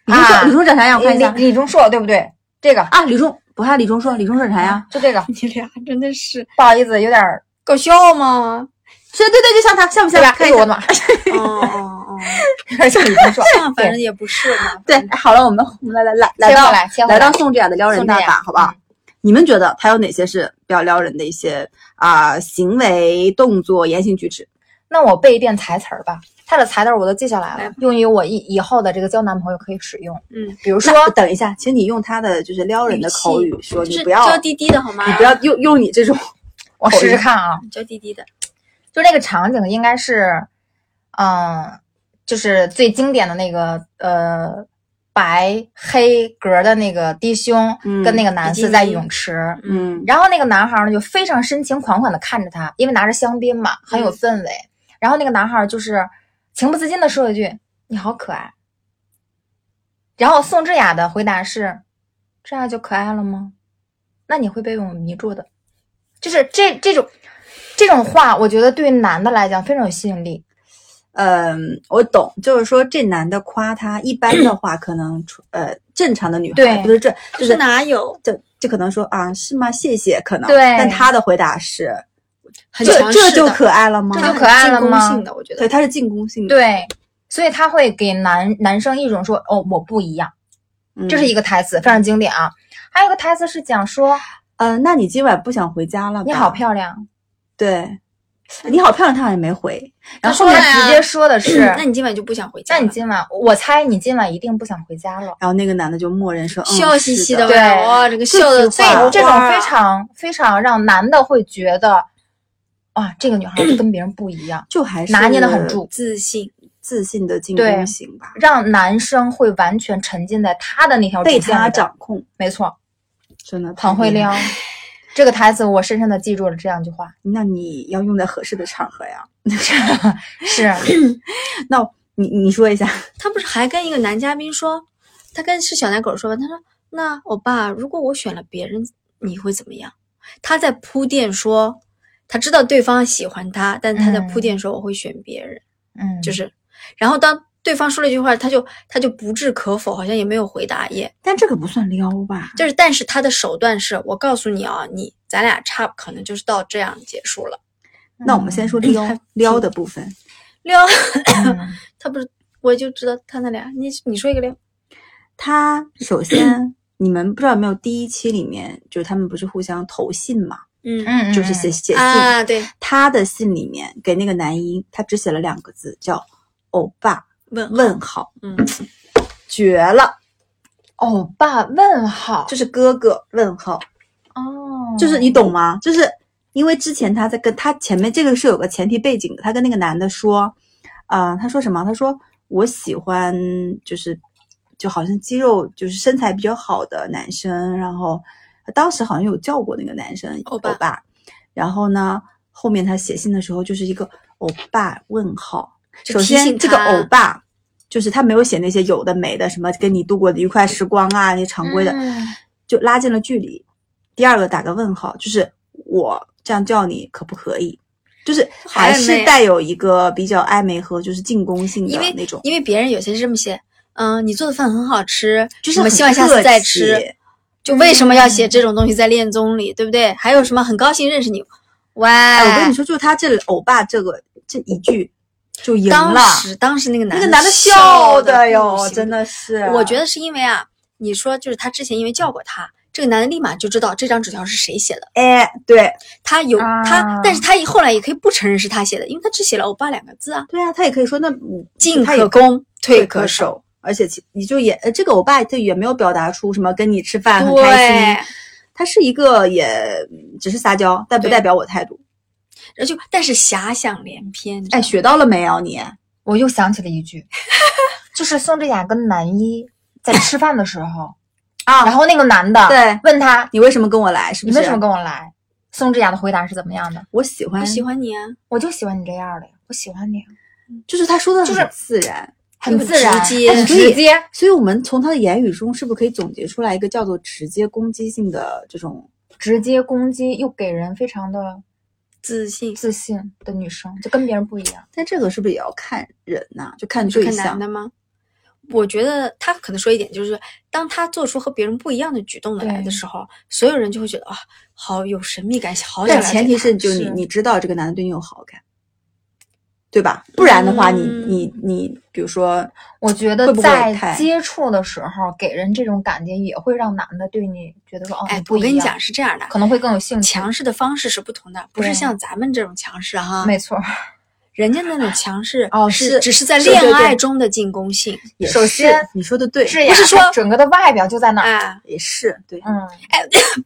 C: 李钟硕，
D: 啊
C: 哎李钟硕长啥样？我看一
D: 李
C: 下
D: 李钟硕对不对？这个
C: 啊，李钟不看李钟硕，李钟硕长啥样？
D: 就这个，
E: 你俩真的是
D: 不好意思，有点儿
E: 搞笑吗？
C: 是，对对，就像他，像不像
D: 对？吧？
C: 看
D: 哎
C: 一
D: 呦
C: 下
D: 我的妈，
E: 哦哦 哦，。
D: 有点像李钟硕
E: 像反正也不是嘛。
C: 对，好 了，我们我们来来来来
D: 切回
C: 到
D: 来切回
C: 来到
D: 来
C: 宋智雅的嗯撩人
D: 宋
C: 大
D: 智雅
C: 法，好不好？你们觉得他有哪些是比较撩人的一些啊、行为、动作、言行举止？
D: 那我背一遍台词儿吧，他的台词儿我都记下来
E: 来
D: 了，用于我以以后的这个交男朋友可以使用。
E: 嗯，
D: 比如说，
C: 那等一下，请你用他的就是撩人的口语说，
E: 就
C: 哦你
E: 是
C: 不要
E: 娇滴滴的好吗？
C: 你不要用用你这种
D: 我
C: 口
D: 试
C: 音
D: 试看啊，
E: 娇滴滴的，
D: 就那个场景应该是，嗯，就是最经典的那个呃白黑格的那个低胸，
C: 嗯
D: 跟那个男
E: 比基
D: 四在
E: 尼
D: 泳池，
C: 嗯
D: 然后那个男孩呢就非常深情款款的看着他，因为拿着香槟嘛，很有氛围。然后那个男孩就是情不自禁的说一句：“你好可爱。”然后宋智雅的回答是：“这样就可爱了吗？那你会被我迷住的。”就是这这种这种话，我觉得对于男的来讲非常有吸引力。
C: 嗯，我懂，就是说这男的夸她，一般的话可能出呃正常的女孩
D: 对
C: 不是这就
E: 可
C: 是
E: 是哪有
C: 就就可能说啊是吗？谢谢，可能
D: 对
C: 但他的回答是
E: 很
C: 这
E: 强势
C: 这
E: 的
C: 就可爱了吗
E: 这？
D: 就
E: 很
D: 可爱了
E: 进攻
D: 吗
E: 性的，我觉得
C: 对，他是进攻性的，
D: 对，所以他会给男男生一种说：“哦，我不一样。”
C: 嗯
D: 这是一个台词，非常经典啊。还有一个台词是讲说
C: 呃，那你今晚不想回家了吧？：“
D: 你好嗯漂亮。”
C: 对，你好漂亮，他好像没回，然
D: 然后
C: 后
D: 后
C: 后
D: 面
C: 面
E: 说了呀
D: 直接说的 是，
E: 那你今晚就不想回家
D: 那
E: 了？
D: 你今晚，我猜你今晚一定不想回家了。
C: 然后那个男的就默认说嗯
E: 笑嘻嘻
C: 是
E: 的，
C: 的
D: 对
E: 哇，这个笑的
C: 这
E: 最
C: 句话，
D: 这
E: 好
D: 这种
E: 玩儿
D: 非常非常让男的会觉得，哇，这个女孩就跟别人不一样
C: 就还是
D: 拿捏的很住，
E: 自信，
C: 自信的进
D: 对
C: 攻型吧，
D: 让男生会完全沉浸在他的那条
C: 被
D: 主线里
C: 他
D: 边
C: 掌控，
D: 没错，
C: 真的
D: 很会
C: 太厉害
D: 撩
C: 了。。
D: 这个台词我深深的记住了这样一句 话，
C: 那你要用在合适的场合呀。
D: 是
C: 那你你说一下，
E: 他不是还跟一个男嘉宾说，他跟是小奶狗说吧，他说那欧巴，如果我选了别人，你会怎么样？他在铺垫说，他知道对方喜欢他，但他在铺垫说我会选别人，
D: 嗯，
E: 就是，然后当对方说了一句话，他就他就不置可否，好像也没有回答，也
C: 但这个不算撩吧？
E: 就是，但是他的手段是我告诉你啊，你咱俩差不可能就是到这样结束了。
C: 那我们先说撩 撩的部分，
E: 六，
D: 嗯
E: 他不是，我就知道他那俩，你你说一个六，
C: 他首 先你们不知道有没有第一期里面，就是他们不是互相投信嘛，
E: 嗯
D: 嗯，
C: 就是写
D: 嗯
C: 写信，
E: 啊，对，
C: 他的信里面给那个男一，他只写了两个字，叫“欧巴
E: 问”，
C: 问号，
E: 嗯，
C: 绝了，
D: 欧巴嗯哦问号，
C: 就是哥哥问号，
D: 哦，
C: 就是
E: 嗯
C: 你懂吗？就是因为之前他在跟他前面这个是有个前提背景的，他跟那个男的说，啊、他说什么？他说我喜欢就是就好像肌肉就是身材比较好的男生，然后当时好像有叫过那个男生
E: 欧巴
C: 然后呢，后面他写信的时候就是一个欧巴问号。
E: 就
C: 首
E: 提
C: 先
E: 醒
C: 这个
E: 他
C: 欧巴。就是他没有写那些有的没的，什么跟你度过的愉快时光啊，那些常规的，
D: 嗯
C: 就拉近了距离。第二个打个问号，就是我这样叫你可不可以？就是还
E: 暧
C: 是
E: 昧啊
C: 带有一个比较暧昧和就是进攻性的
E: 因为
C: 那种，
E: 因为别人有些是这么写，嗯，你做的饭很好吃，
C: 就是
E: 我们
C: 很
E: 希望下
C: 客
E: 次再
C: 气
E: 吃。就为什么要写这种东西在恋综
C: 嗯
E: 里，对不对？还有什么很高兴认识你，哇，
C: 哎哎，我跟你说，就他这“欧巴”这个这一句，就赢
E: 当
C: 了。
E: 时当时那个男
C: 那个男的笑的哟，真
E: 的
C: 的是。
E: 不行。我觉得是因为啊，你说就是他之前因为叫过他，这个男的立马就知道这张纸条是谁写的。
C: 哎，对
E: 他有、
D: 啊
E: 他，但是他后来也可以不承认是他写的，因为他只写了“欧巴”两个字啊，
C: 对啊，他也可以说那嗯
E: 进
C: 他也
E: 可攻，退
C: 退
E: 可
C: 可
E: 守。
C: 守，而且其你就也呃这个我爸他也没有表达出什么跟你吃饭很开
E: 对
C: 心，，他是一个也嗯只是撒娇，但不
E: 对
C: 代表我态度。
E: 而就但是遐想连篇。
C: 哎，学到了没有你？
D: 我又想起了一句，就是宋智雅跟男一在吃饭的时候啊，然后那个男的
C: 对
D: 问他
C: 你为什么跟我来？是不
D: 你
C: 是？
D: 为什么跟我来？宋智雅的回答是怎么样的？
C: 我喜欢？
E: 我喜欢你啊，
D: 我就喜欢你这样的呀，我喜欢你，啊
C: 就是他说的
D: 就是
C: 很自然，
D: 很自然，
E: 直接
D: 很直接。
C: 所以我们从他的言语中是不是可以总结出来一个叫做直接攻击性的这种？
D: 直接攻击又给人非常的
E: 自信。
D: 自信的女生，就跟别人不一样。
C: 但这个是不是也要看人呐、就看
E: 你说
C: 对
E: 看男
C: 象
E: 的。吗？我觉得他可能说一点，就是当他做出和别人不一样的举动的来的
D: 对
E: 时候，所有人就会觉得啊，好有神秘感，好想
C: 但
E: 了解
C: 前提
E: 他
C: 是，就是你
D: 是
C: 你知道这个男的对你有好感，对吧？不然的话，你
E: 嗯
C: 你你，比如说，
D: 我觉
C: 会
D: 得
C: 不会
D: 在
C: 太
D: 接触的时候，给人这种感觉也会让男的对你觉得说，哦，
E: 哎，
D: 不
E: 我跟
D: 一
E: 你
D: 样
E: 讲，是这样的，
D: 可能会更有兴趣。
E: 强势的方式是不同的，不是
D: 对
E: 像咱们这种强势哈，
D: 没错，
E: 人家那种强势
C: 哦
E: 是
C: 是
E: 只是在
C: 是对
E: 恋
C: 对
E: 爱中的进攻性，
C: 也
D: 首
C: 是
D: 先
C: 你说的对，
D: 智雅
E: 是说
D: 整个的外表就
C: 啊
D: 在那儿。
E: 哎，
C: 也是对，
D: 嗯，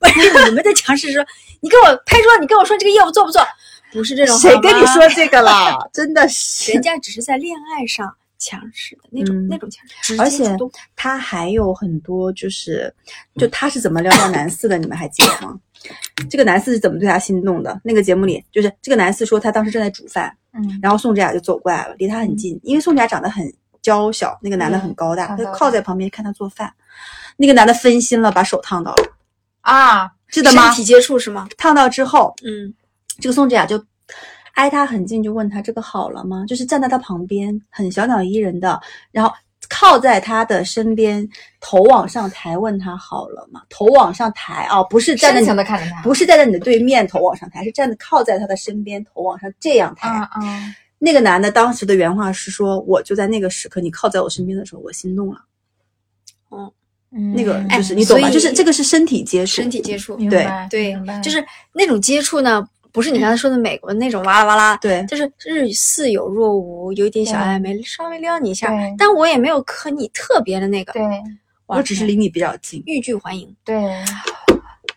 E: 不是你们在强势说，你给我拍桌，你跟我说这个业务做不做，不是这种，
C: 谁
E: 好
C: 跟你
E: 吗
C: 说这个 了？真的是
E: 人家只是在恋爱上强势的那种、
C: 嗯
E: 那种强势，直
C: 而
E: 接
C: 且
E: 主动
C: 他还有很多就是，就他是怎么撩到男四的，你们还记得吗？ 这个男四是怎么对他心动的？那个节目里，就是这个男四说他当时正在煮饭，
D: 嗯，
C: 然后宋智雅就走过来了，离他很近，因为宋智雅长得很娇小，那个男的很嗯高大，
D: 嗯
C: 他就靠在旁边看他做饭。那个男的分心了，把手烫到了，
D: 啊，
C: 记得吗
E: 身？体接触是吗？
C: 烫到之后，
E: 嗯，
C: 这个宋智雅就挨他很近，就问他这个好了吗？就是站在他旁边，很小鸟依人的，然后靠在他的身边，头往上抬，问他好了吗？头往上抬啊、不是站在
D: 深
C: 你
D: 情的看着他，
C: 不是站在你的对面，头往上抬，是站在靠在他的身边，头往上这样抬。
D: 啊
E: 嗯
D: 啊，
C: 那个男的当时的原话是说：“我就在那个时刻，你靠在我身边的时候，我心动了。
D: 那
C: 那个
E: 哎
C: 就是、你懂吧？
E: 所以
C: 就是这个是身体接触，
E: 身体接触，
D: 明
C: 对
D: 白，
E: 对
D: 明白，
E: 就是那种接触呢，不是你刚才说的美国那种哇啦哇啦，
C: 对
E: 就是日似有若无，有一点小
D: 对
E: 暧昧，稍微撩你一下
D: 对，
E: 但我也没有磕你特别的那个，
D: 对
E: 哇
C: 我只是离你比较近。
E: 欲拒还迎，
D: 对，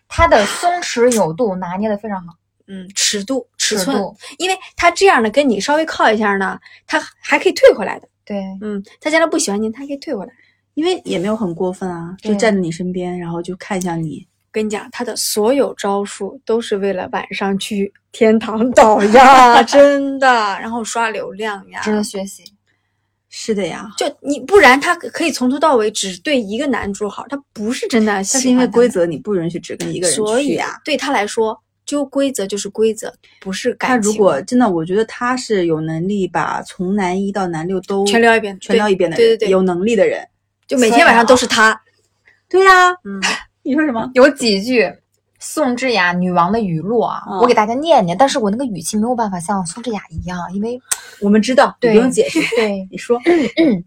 D: 他的松弛有度拿捏的非常好，
E: 嗯，尺度尺
D: 尺
E: 寸，
D: 度，
E: 因为他这样的跟你稍微靠一下呢，他还可以退回来的，
D: 对，
E: 嗯，他将来不喜欢你，他还可以退回来。
C: 因为也没有很过分啊，就
D: 对
C: 站在你身边，然后就看向你。
E: 跟你讲，他的所有招数都是为了晚上去天堂岛 呀，真的，然后刷流量呀，
D: 值得学习。
C: 是的呀，
E: 就你不然他可可以从头到尾只对一个男主好，他不是真的喜
C: 但
E: 欢
C: 是因为
E: 他
C: 规则，你不允许只跟一个人
E: 所
C: 去
E: 以啊
C: 呀。
E: 对他来说，就规则就是规则，不是
C: 他
E: 感情。
C: 如果真的，我觉得他是有能力把从男一到男六都
E: 全聊一遍，
C: 全聊
E: 对
C: 一遍的人，
E: 对对对，
C: 有能力的人。
E: 就每天晚上都是他，
C: 对呀、
E: 嗯，
C: 你说什么？
D: 有几句宋智雅女王的语录啊，
C: 嗯
D: 我给大家念念，但是我那个语气没有办法像宋智雅一样，因为
C: 我们知道，你
D: 对
C: 不用解释。
D: 对
C: 你说，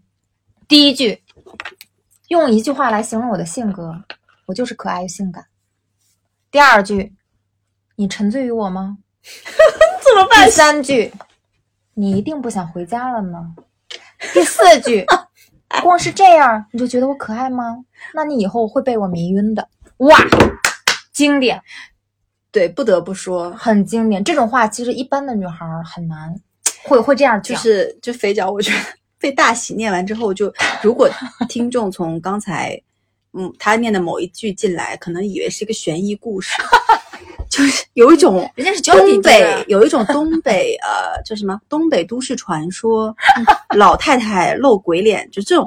D: 第一句，用一句话来形容我的性格，我就是可爱又性感。第二句，你沉醉于我吗？
C: 怎么
D: 第？三句，你一定不想回家了呢。第四句，光是这样你就觉得我可爱吗？那你以后会被我迷晕的。哇，经典，
C: 对，不得不说，
D: 很经典。这种话其实一般的女孩儿很难会会这样
C: 就
D: 讲，
C: 是就肥脚，我觉得 被大喜念完之后就，如果听众从刚才嗯他念的某一句进来，可能以为是一个悬疑故 事，就是有一种
E: 人家是交
C: 东
E: 底
C: 北有一种东北呃叫什么东北都市传 说，老太太露鬼脸，就这种，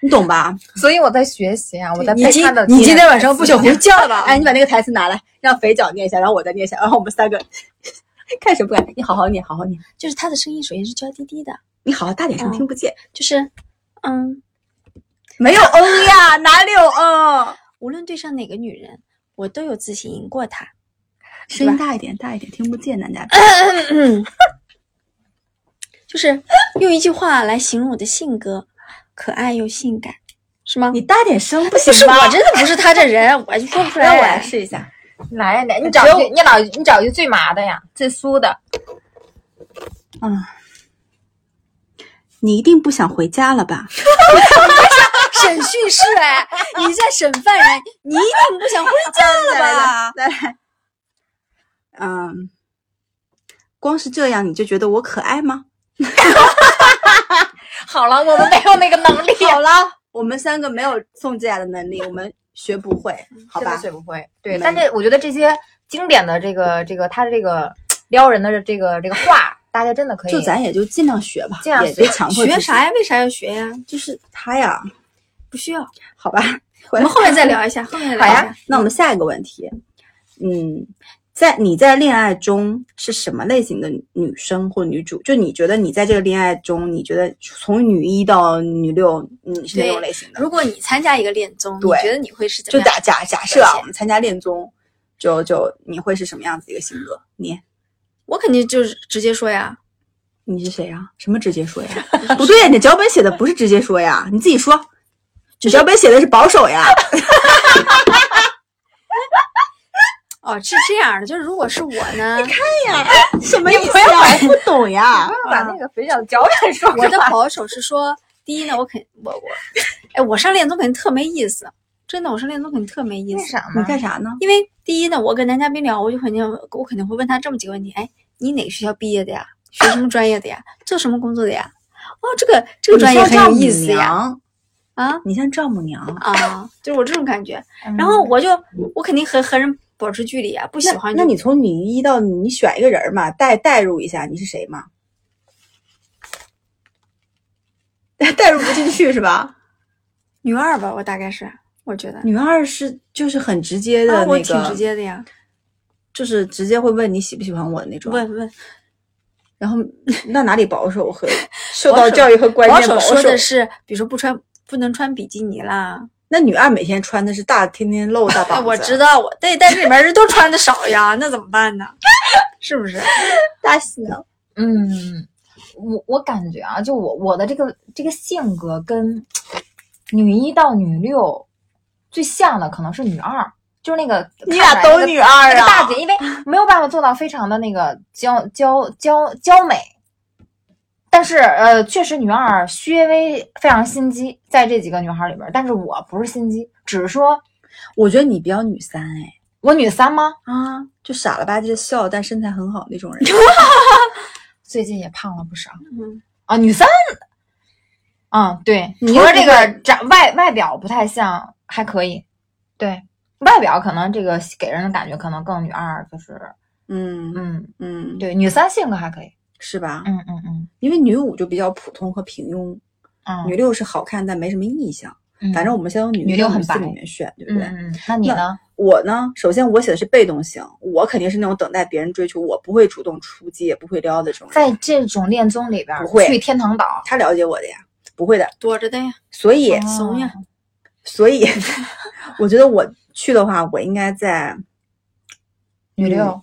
C: 你懂吧？
D: 所以我在学习啊，我在
E: 你
D: 背
E: 今
D: 她的。
E: 你今天晚上不想回家了吧？
C: 哎，你把那个台词拿来，让肥脚念一下，然后我再念一下，然后我们三个 看谁不敢。你好好念，好好念，
E: 就是他的声音首先是娇滴滴的，
C: 你好好大点声，
E: 嗯
C: 听不见。
E: 就是嗯，
C: 没有
E: 哦
C: 嗯呀，哪里有嗯？
E: 无论对上哪个女人，我都有自信赢过她。哎
C: 声音大一点，大一点，听不见，男嘉宾。
E: 嗯， 就是用一句话来形容我的性格，可爱又性感，是吗？
C: 你大点声不
E: 不
C: 行
E: 是
C: 吗？
E: 我真的不是他这人，哎我就说不出
C: 让
E: 来。
C: 我来试一下。
D: 来来，你找一句，你找你找一句最麻的呀，最酥的。
C: 嗯，你一定不想回家了吧？
E: 审讯室哎，你在审犯人，你一定不想回家 了吧？
C: 再来，嗯，光是这样你就觉得我可爱吗？
D: 好了，我们没有那个能力，
C: 好了，我们三个没有送进来的能力，我们学不会，
E: 嗯
C: 好
D: 真
C: 吧
D: 的？学不会。对，
C: 没
D: 但是我觉得这些经典的这个这个他的这个撩人的这个这个话，大家真的可以。
C: 就咱也就尽量学吧，
D: 尽量
C: 也
D: 学
C: 别强迫自己
E: 学啥呀？为啥要学呀？就是
C: 他呀？
E: 不需要。
C: 好吧，
E: 我
C: 我
E: 们后面再聊一下，后面再聊一
D: 好
E: 下
D: 呀。
C: 那我们下一个问题，嗯，在你在恋爱中是什么类型的女生或女主？就你觉得你在这个恋爱中，你觉得从女一到女六，你是哪种类型的？
E: 如果你参加一个恋综，你
C: 对
E: 觉得你会是怎
C: 就
E: 么样？
C: 打假假设啊，
E: 对
C: 我们参加恋综，就就你会是什么样子一个性格？你
E: 我肯定就是直接说呀，
C: 你是谁呀、啊什么直接说呀？ 不对呀，你脚本写的不是直接说呀，你自己说。你脚本写的是保守 呀，
E: 哦，是这样的，就是如果是我 呢，
C: 什么意思呀？我不懂 呀。
D: 把那个肥脚脚本说 出
E: 我的
D: 来。
E: 保守是说，第一呢，我肯我我，哎，我上恋综肯定特没意思，真的，我上恋综肯定特没意
D: 为
E: 思，
D: 啥
C: 你
D: 嘛？
C: 干啥呢？
E: 因为第一呢，我跟男嘉宾聊，我就肯定我肯定会问他这么几个问题，哎，你哪个学校毕业的呀？学什么专业的呀？做什么工作的呀？哦，这个这个专业
C: 你
E: 很
C: 像
E: 有
C: 丈母
E: 意思呀，
C: 娘，
E: 啊
C: 你像丈母娘。
E: 啊，就是我这种感觉，
D: 嗯
E: 然后我就我肯定和和人保持距离啊，不喜欢就
C: 那。那你从女一到你选一个人儿嘛，代代入一下，你是谁嘛？ 代入不进去是吧？
E: 女二吧，我大概是，我觉得。
C: 女二是就是很直接的那
E: 啊，
C: 个，
E: 我挺直接的呀，
C: 就是直接会问你喜不喜欢我的那种。
E: 问问
C: 然后那哪里保守 和受
E: 保
C: 到
E: 守
C: 教育和观
E: 保
C: 念
E: 守
C: 保
E: 说的是，比如说不穿不能穿比基尼啦。
C: 那女二每天穿的是大天天露大膀 子，
E: 哎，
C: 啊
E: 我知道，我对，但是里面人都穿的少呀，那怎么办呢？ 是不是？
C: 大喜呢。
D: 嗯，我我感觉啊，就我我的这个这个性格跟女一到女六最像的可能是女二，就是那个
C: 你
D: 看
C: 俩
D: 起来那
C: 都
D: 个
C: 女二
D: 那个大
C: 啊
D: 姐，？因为没有办法做到非常的那个娇娇娇娇美，但是呃，确实女二稍微非常心机，在这几个女孩里边儿，但是我不是心机，只是说
C: 我觉得你比较女三哎
D: 我女三吗？
C: 啊，就傻了吧唧的笑，但身材很好那种 人。
D: 最近也胖了不少
E: 嗯，
D: 啊，女三，嗯，对，
C: 你
D: 除
C: 又
D: 了
C: 不
D: 这个长外外表不太像，还可以，对。外表可能这个给人的感觉可能更女二，就是
C: 嗯
D: 嗯，
C: 嗯，
D: 对，女三性格还可以，
C: 是吧？
D: 嗯嗯嗯
C: 因为女五就比较普通和平庸，
D: 嗯，
C: 女六是好看但没什么印象。
D: 嗯
C: 反正我们先从女
D: 女
C: 六
D: 六很
C: 女四
D: 白
C: 里面选，对不
D: 嗯
C: 对？
D: 嗯，嗯那你
C: 那
D: 呢？
C: 我呢，首先我写的是被动型，我肯定是那种等待别人追求，我不会主动出击，也不会撩的这种人。
D: 在这种恋综里边儿
C: 不会
D: 去天堂岛，
C: 他了解我的呀，不会的。
E: 躲着的呀，
C: 所以，
D: 哦
E: 怂呀。
C: 所以 我觉得我去的话，我应该在
D: 女六，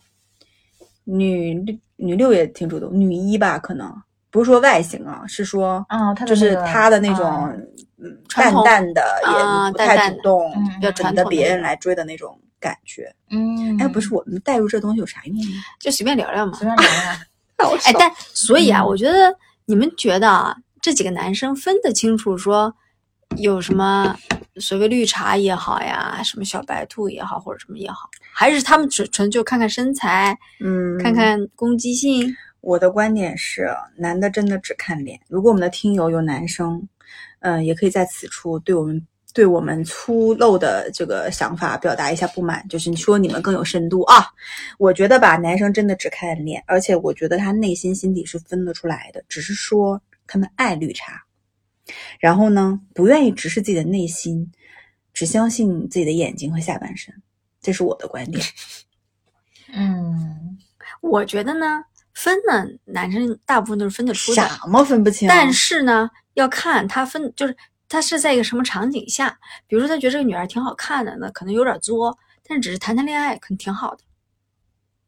C: 女六女六也挺主动，女一吧，可能不是说外形啊，是说
D: 啊，他的
C: 就是
D: 那个
C: 她的那种
D: 啊
C: 嗯
E: 传
C: 淡
E: 统
C: 淡的，
E: 啊
C: 也不
E: 淡
C: 太
E: 淡
C: 主
E: 的
C: 动
D: 嗯，
E: 比较
D: 嗯
C: 等
E: 传统
C: 着
E: 的
C: 别
E: 那
C: 人
E: 种
C: 来追的那种感觉。
D: 嗯，
C: 哎，不是，我们代入这东西有啥用呢？
E: 就随便聊聊嘛。
D: 随便聊聊，
E: 哎，但所以啊，
D: 嗯
E: 我觉得你们觉得啊，这几个男生分得清楚说有什么所谓绿茶也好呀，什么小白兔也好，或者什么也好，还是他们只纯就看看身材，
C: 嗯，
E: 看看攻击性？
C: 我的观点是，男的真的只看脸。如果我们的听友有男生，嗯、也可以在此处对我们对我们粗陋的这个想法表达一下不满，就是你说你们更有深度啊。我觉得吧，男生真的只看脸，而且我觉得他内心心底是分得出来的，只是说他们爱绿茶，然后呢，不愿意直视自己的内心，只相信自己的眼睛和下半身。这是我的观 点。
D: 嗯，
E: 我觉得呢，分呢，男生大部分都是分得出的，啊
C: 什么分不清？
E: 但是呢，要看他分，就是他是在一个什么场景下。比如说，他觉得这个女孩挺好看的，那可能有点作，但是只是谈谈恋爱，可能挺好的。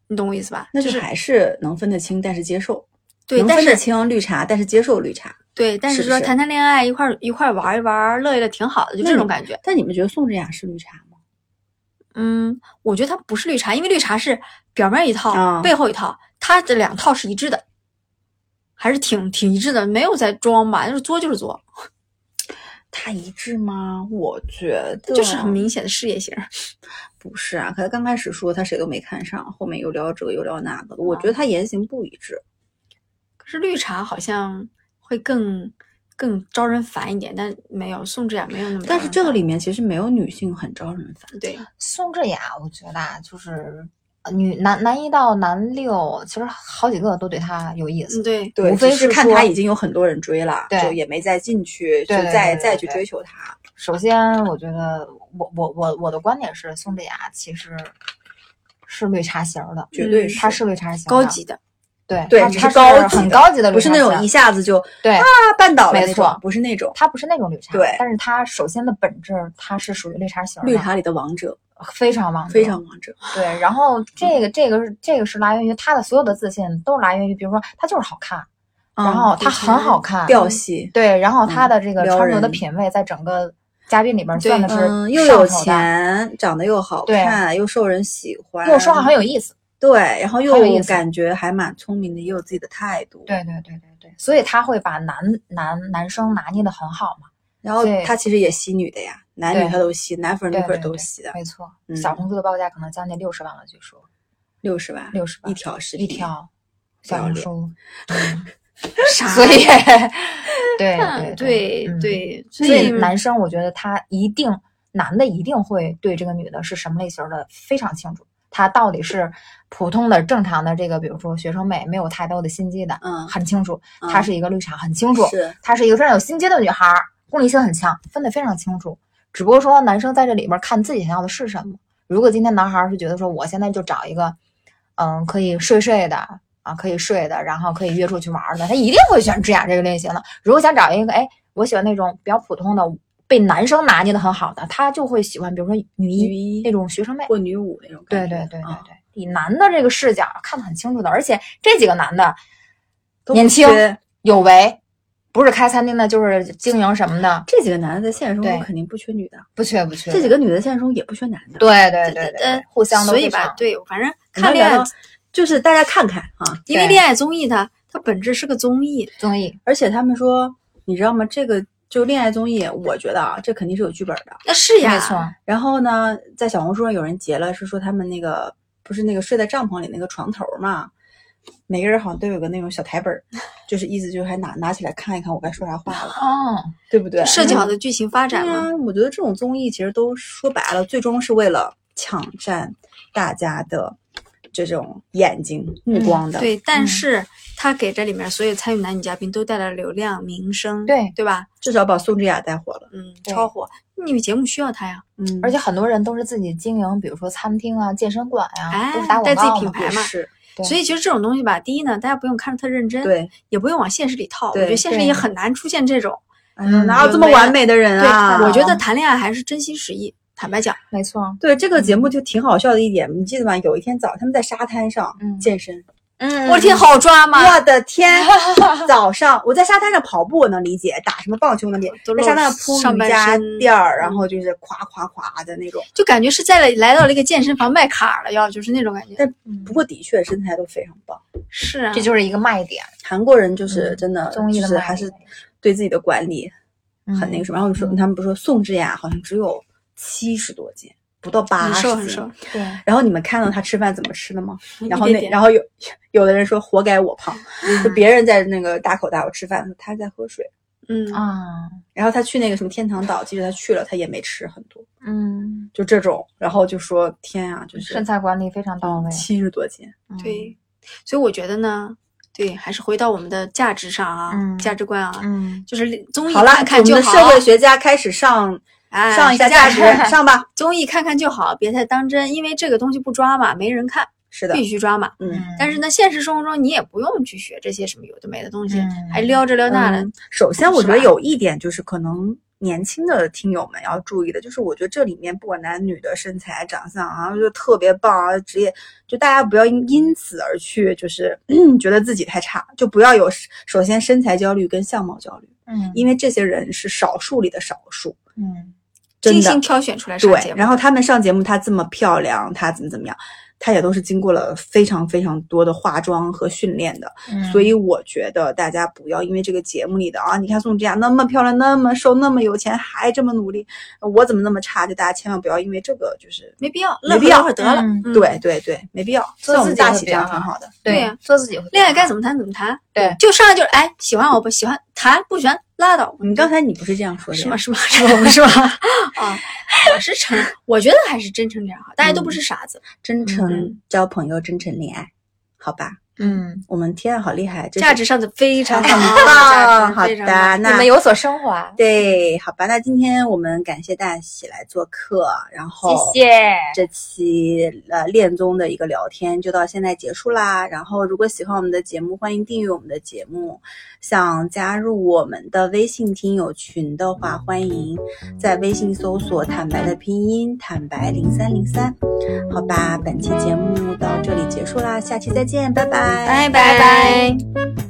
E: 你懂我意思吧？
C: 那
E: 就
C: 就是还是能分得清，但是接受。
E: 对，
C: 能
E: 但
C: 分得
E: 是
C: 清绿茶，但是接受绿茶。
E: 对，但
C: 是
E: 是
C: 不
E: 说
C: 是嗯
E: 谈谈恋爱，一块儿一块儿玩一玩，乐一乐挺好的，就
C: 那
E: 这种
C: 你
E: 感觉。
C: 但你们觉得宋智雅是绿茶吗？
E: 嗯，我觉得它不是绿茶，因为绿茶是表面一套，
C: 啊
E: 背后一套，它这两套是一致的，还是挺挺一致的，没有在装吧，就是作就是作，
C: 它一致吗？我觉得
E: 就是很明显的事业型。
C: 不是啊。可他刚开始说他谁都没看上，后面又聊这个又聊那个的，我觉得他言行不一致。
E: 可是绿茶好像会更更招人烦一点，但没有宋智雅没有那么招人烦。
C: 但是这个里面其实没有女性很招人烦。
E: 对，
D: 宋智雅，我觉得啊，就是呃女男男一到男六，其实好几个都对她有意思。
E: 嗯对，
C: 对，
D: 无非
C: 只是
D: 是
C: 看
D: 说
C: 他已经有很多人追了，
D: 对
C: 就也没再进去，就
D: 对对
C: 再
D: 对对
C: 再去
D: 对
C: 追求他。
D: 首先，我觉得我我我我的观点是，宋智雅其实是绿茶型儿的，
C: 绝对嗯是
D: 她是绿茶型的，
E: 高级的，
D: 对
C: 对
D: 她
C: 只
D: 她
C: 是高级
D: 很
C: 的
D: 高级的绿
C: 不
D: 茶
C: 是
D: 型，
C: 那种一下子就
D: 对，
C: 啊绊倒了
D: 没
C: 那种
D: 错，
C: 不是那种
D: 她不是那种绿茶，
C: 对
D: 但是她首先的本质，她是属于绿茶型的，
C: 绿茶里的王者，
D: 非常王道
C: 非常王者。
D: 对，然后这个这个是这个是来源于她的所有的自信都是来源于，比如说她就是好看，然
C: 嗯
D: 后她很好
C: 嗯
D: 看，
C: 调戏，
D: 对，然后她的这个
C: 嗯撩
D: 穿着的
C: 人
D: 品味在整个嘉宾里边
E: 对
D: 算的是
C: 嗯，又
D: 上
C: 有
D: 头的，
C: 钱，长得又好
D: 对
C: 看，又受人喜欢，
D: 又说话很有意思。
C: 对，然后又
D: 很有意思
C: 感觉还蛮聪明的，也有自己的态度。，
D: 对对对对对，所以他会把男男男生拿捏的很好嘛。
C: 然后
D: 对
C: 他其实也吸女的呀，男女
D: 对
C: 他都吸，男粉儿
D: 对
C: 女粉儿
D: 对对
C: 都吸的，
D: 没错。
C: 嗯
D: 小红书的报价可能将近六十万了，据说
C: 六十万，
D: 六十万
C: 一条视频，
D: 一条
C: 不
D: 小
C: 要
D: 红
C: 脸
D: 书，
E: 傻。
D: 所以 对对
E: 嗯对
D: 嗯
E: 对，
D: 所以男生我觉得他一定男的一定会对这个女的是什么类型的非常清楚。他到底是普通的、正常的这个，比如说学生妹，没有太多的心机的，
C: 嗯
D: 很清楚。
C: 嗯
D: 她是一个绿茶，很清楚。
C: 是
D: 她是一个非常有心机的女孩儿，功利性很强，分得非常清楚。只不过说男生在这里边看自己想要的是什么。如果今天男孩儿是觉得说我现在就找一个，嗯，可以睡睡的啊，可以睡的，然后可以约出去玩儿的，他一定会选智雅这个类型的。如果想找一个，哎，我喜欢那种比较普通的，被男生拿捏的很好的，他就会喜欢，比如说女一
C: 女一
D: 那种学生妹。
C: 或女五那种
D: 对
C: 感觉。
D: 对对对
C: 啊
D: 对，以男的这个视角看得很清楚的，而且这几个男的
C: 都不
D: 年轻
C: 缺
D: 有为，不是开餐厅的，就是经营什么的，
C: 这几个男的在现实生活中
D: 对
C: 肯定不缺女的，
D: 不缺不缺。
C: 这几个女的现实中也不缺男的。，
D: 对对对对
E: 呃
D: 对，互相都
E: 所以
D: 互
E: 吧
D: 相，
E: 对，反正
C: 我们
E: 看恋
C: 聊
E: 爱
C: 到，就是大家看看啊，
E: 因为
D: 对
E: 恋爱综艺它它本质是个综艺，
D: 综艺
C: 而且他们说，你知道吗？这个就恋爱综艺，我觉得啊，这肯定是有剧本的。
E: 那是呀，
D: 没错，
C: 然后呢，在小红书上有人截了，是说他们那个不是那个睡在帐篷里那个床头嘛，每个人好像都有个那种小台本儿，就是意思就是还拿拿起来看一看我该说啥话了，
D: 哦，
C: 对不对？嗯
E: 设计
D: 嗯
E: 好的剧情发展
C: 对
E: 嘛。
C: 啊，我觉得这种综艺其实都说白了，最终是为了抢占大家的这种眼睛目光的。
E: 对，但
D: 嗯
E: 是他给这里面所有参与男女嘉宾都带来流量、名声，
D: 对
E: 对吧？
C: 至少把宋智雅带火了。
E: 嗯，
D: 对
E: 超火，你们节目需要他呀，
C: 嗯，
D: 而且很多人都是自己经营，比如说餐厅啊、健身馆呀、
E: 哎
D: 都是打
E: 带
D: 广
E: 自己
D: 告嘛。
E: 品牌
C: 也
E: 嘛
C: 是
D: 对
E: 所以其实这种东西吧，第一呢，大家不用看着特认真，，
C: 对，
E: 也不用往现实里套，我
C: 对
E: 觉得现实
D: 对
E: 也很难出现这种。
C: 哎呀，
D: 嗯
C: 哪有这么完美的人
E: 对，
C: 啊？
E: 我觉得谈恋爱还是真心实意，坦白讲，
D: 没错，
C: 对这个节目就挺好笑的一点，你记得吗？有一天早，他们在沙滩上
D: 嗯
C: 健身，
D: 嗯
E: 我的天，好抓嘛，
C: 我的天，早上我在沙滩上跑步我能理解，打什么棒球能理解，
E: 都
C: 在
E: 露
C: 沙滩上铺
E: 上
C: 瑜
E: 半
C: 伽
E: 身
C: 垫儿，然
E: 嗯
C: 后就是夸夸夸的那种。
E: 就感觉是在了来到了一个健身房卖卡了，要就是那种感觉。
C: 但
D: 嗯
C: 不过的确身材都非常棒。
E: 是啊，
D: 这就是一个卖点，
C: 韩国人就是
D: 嗯
C: 真的，
D: 综艺
C: 就
D: 的
C: 是
D: 卖
C: 还是
D: 点
C: 对自己的管理很那个
D: 嗯
C: 什么。然后你说
D: 嗯
C: 他们不是说宋智雅好像只有七十多斤，不到八
E: 很
C: 十，
E: 瘦很瘦。，
D: 对，
C: 然后你们看到他吃饭怎么吃的 吗？然后
E: 一
C: 那
E: 点点
C: 然后有有的人说活该我胖，就别人在那个大口大口吃饭，他在喝水。
E: 嗯，
C: 哦
D: 啊，
C: 然后他去那个什么天堂岛，其实他去了，他也没吃很多，
D: 嗯，
C: 就这种。然后就说天啊，就是
D: 身材管理非常到位，
C: 七十多斤，
D: 嗯，
E: 对，所以我觉得呢，对，还是回到我们的价值上啊，
D: 嗯
E: 价值观啊，
D: 嗯，
E: 就是综艺
C: 好了，
E: 看看
C: 我们
E: 就
C: 的
E: 好，
C: 社会学家开始上
E: 哎
C: 上一下价值， 上吧。
E: 综艺看看就好，别太当真，因为这个东西不抓嘛，没人看，
C: 是的，
E: 必须抓嘛。
C: 嗯。
E: 但是呢，现实生活中你也不用去学这些什么有的没的东西，
D: 嗯
E: 还撩这撩那的。
C: 嗯，首先我觉得
E: 是吧
C: 有一点就是可能年轻的听友们要注意的，就是我觉得这里面不管男女的身材、长相啊，就特别棒啊，职业，就大家不要因因此而去就是 觉得自己太差，就不要有首先身材焦虑跟相貌焦虑，
D: 嗯
C: 因为这些人是少数里的少数，
D: 嗯
C: 真
E: 精
C: 的
E: 心挑选出来上节
C: 对。
E: 目
C: 然后他们上节目，她这么漂亮，她怎么怎么样，她也都是经过了非常非常多的化妆和训练的。
D: 嗯
C: 所以我觉得大家不要因为这个节目里的啊，你看宋智雅那么漂亮，那么瘦，那么有钱，还这么努力，呃我怎么那么差？就大家千万不要因为这个，就是
E: 没必要，
C: 没
E: 乐
C: 必
E: 呵
C: 要
E: 乐呵得了。
D: 嗯
E: 嗯
C: 对对对，没必要。
D: 做
C: 像我们
D: 自己
C: 大
D: 会
C: 喜这
D: 比较
C: 样挺
D: 好
C: 好的。
D: 对
E: 呀
D: 做自己会比较
E: 恋爱该
D: 好
E: 怎么谈怎么谈，
D: 对
E: 就上来就是哎，喜欢我不喜欢谈，不喜欢拉倒，
C: 你刚才你不嗯是这样说的呀
E: 是吗？？是吗？是 吗？不是吗？ 啊，我是诚，我觉得还是真诚点好，大家都
C: 嗯
E: 不是傻子，
C: 真诚
E: 嗯
C: 交朋友，真诚恋爱，好吧？
D: 嗯，
C: 我们天啊，好厉害，这
E: 价
C: 是
E: 值上的非常高，
C: 棒
E: 价值非
C: 好的
E: 常高
C: 那
D: 你们有所升华，
C: 对，好吧，那今天我们感谢大喜来做客，然后
D: 谢谢。
C: 这期呃恋综的一个聊天就到现在结束啦。然后如果喜欢我们的节目，欢迎订阅我们的节目。想加入我们的微信听友群的话，欢迎在微信搜索“坦白”的拼音“坦白零三零三”。好吧，本期节目到这里结束啦，下期再见，拜拜
E: 拜拜。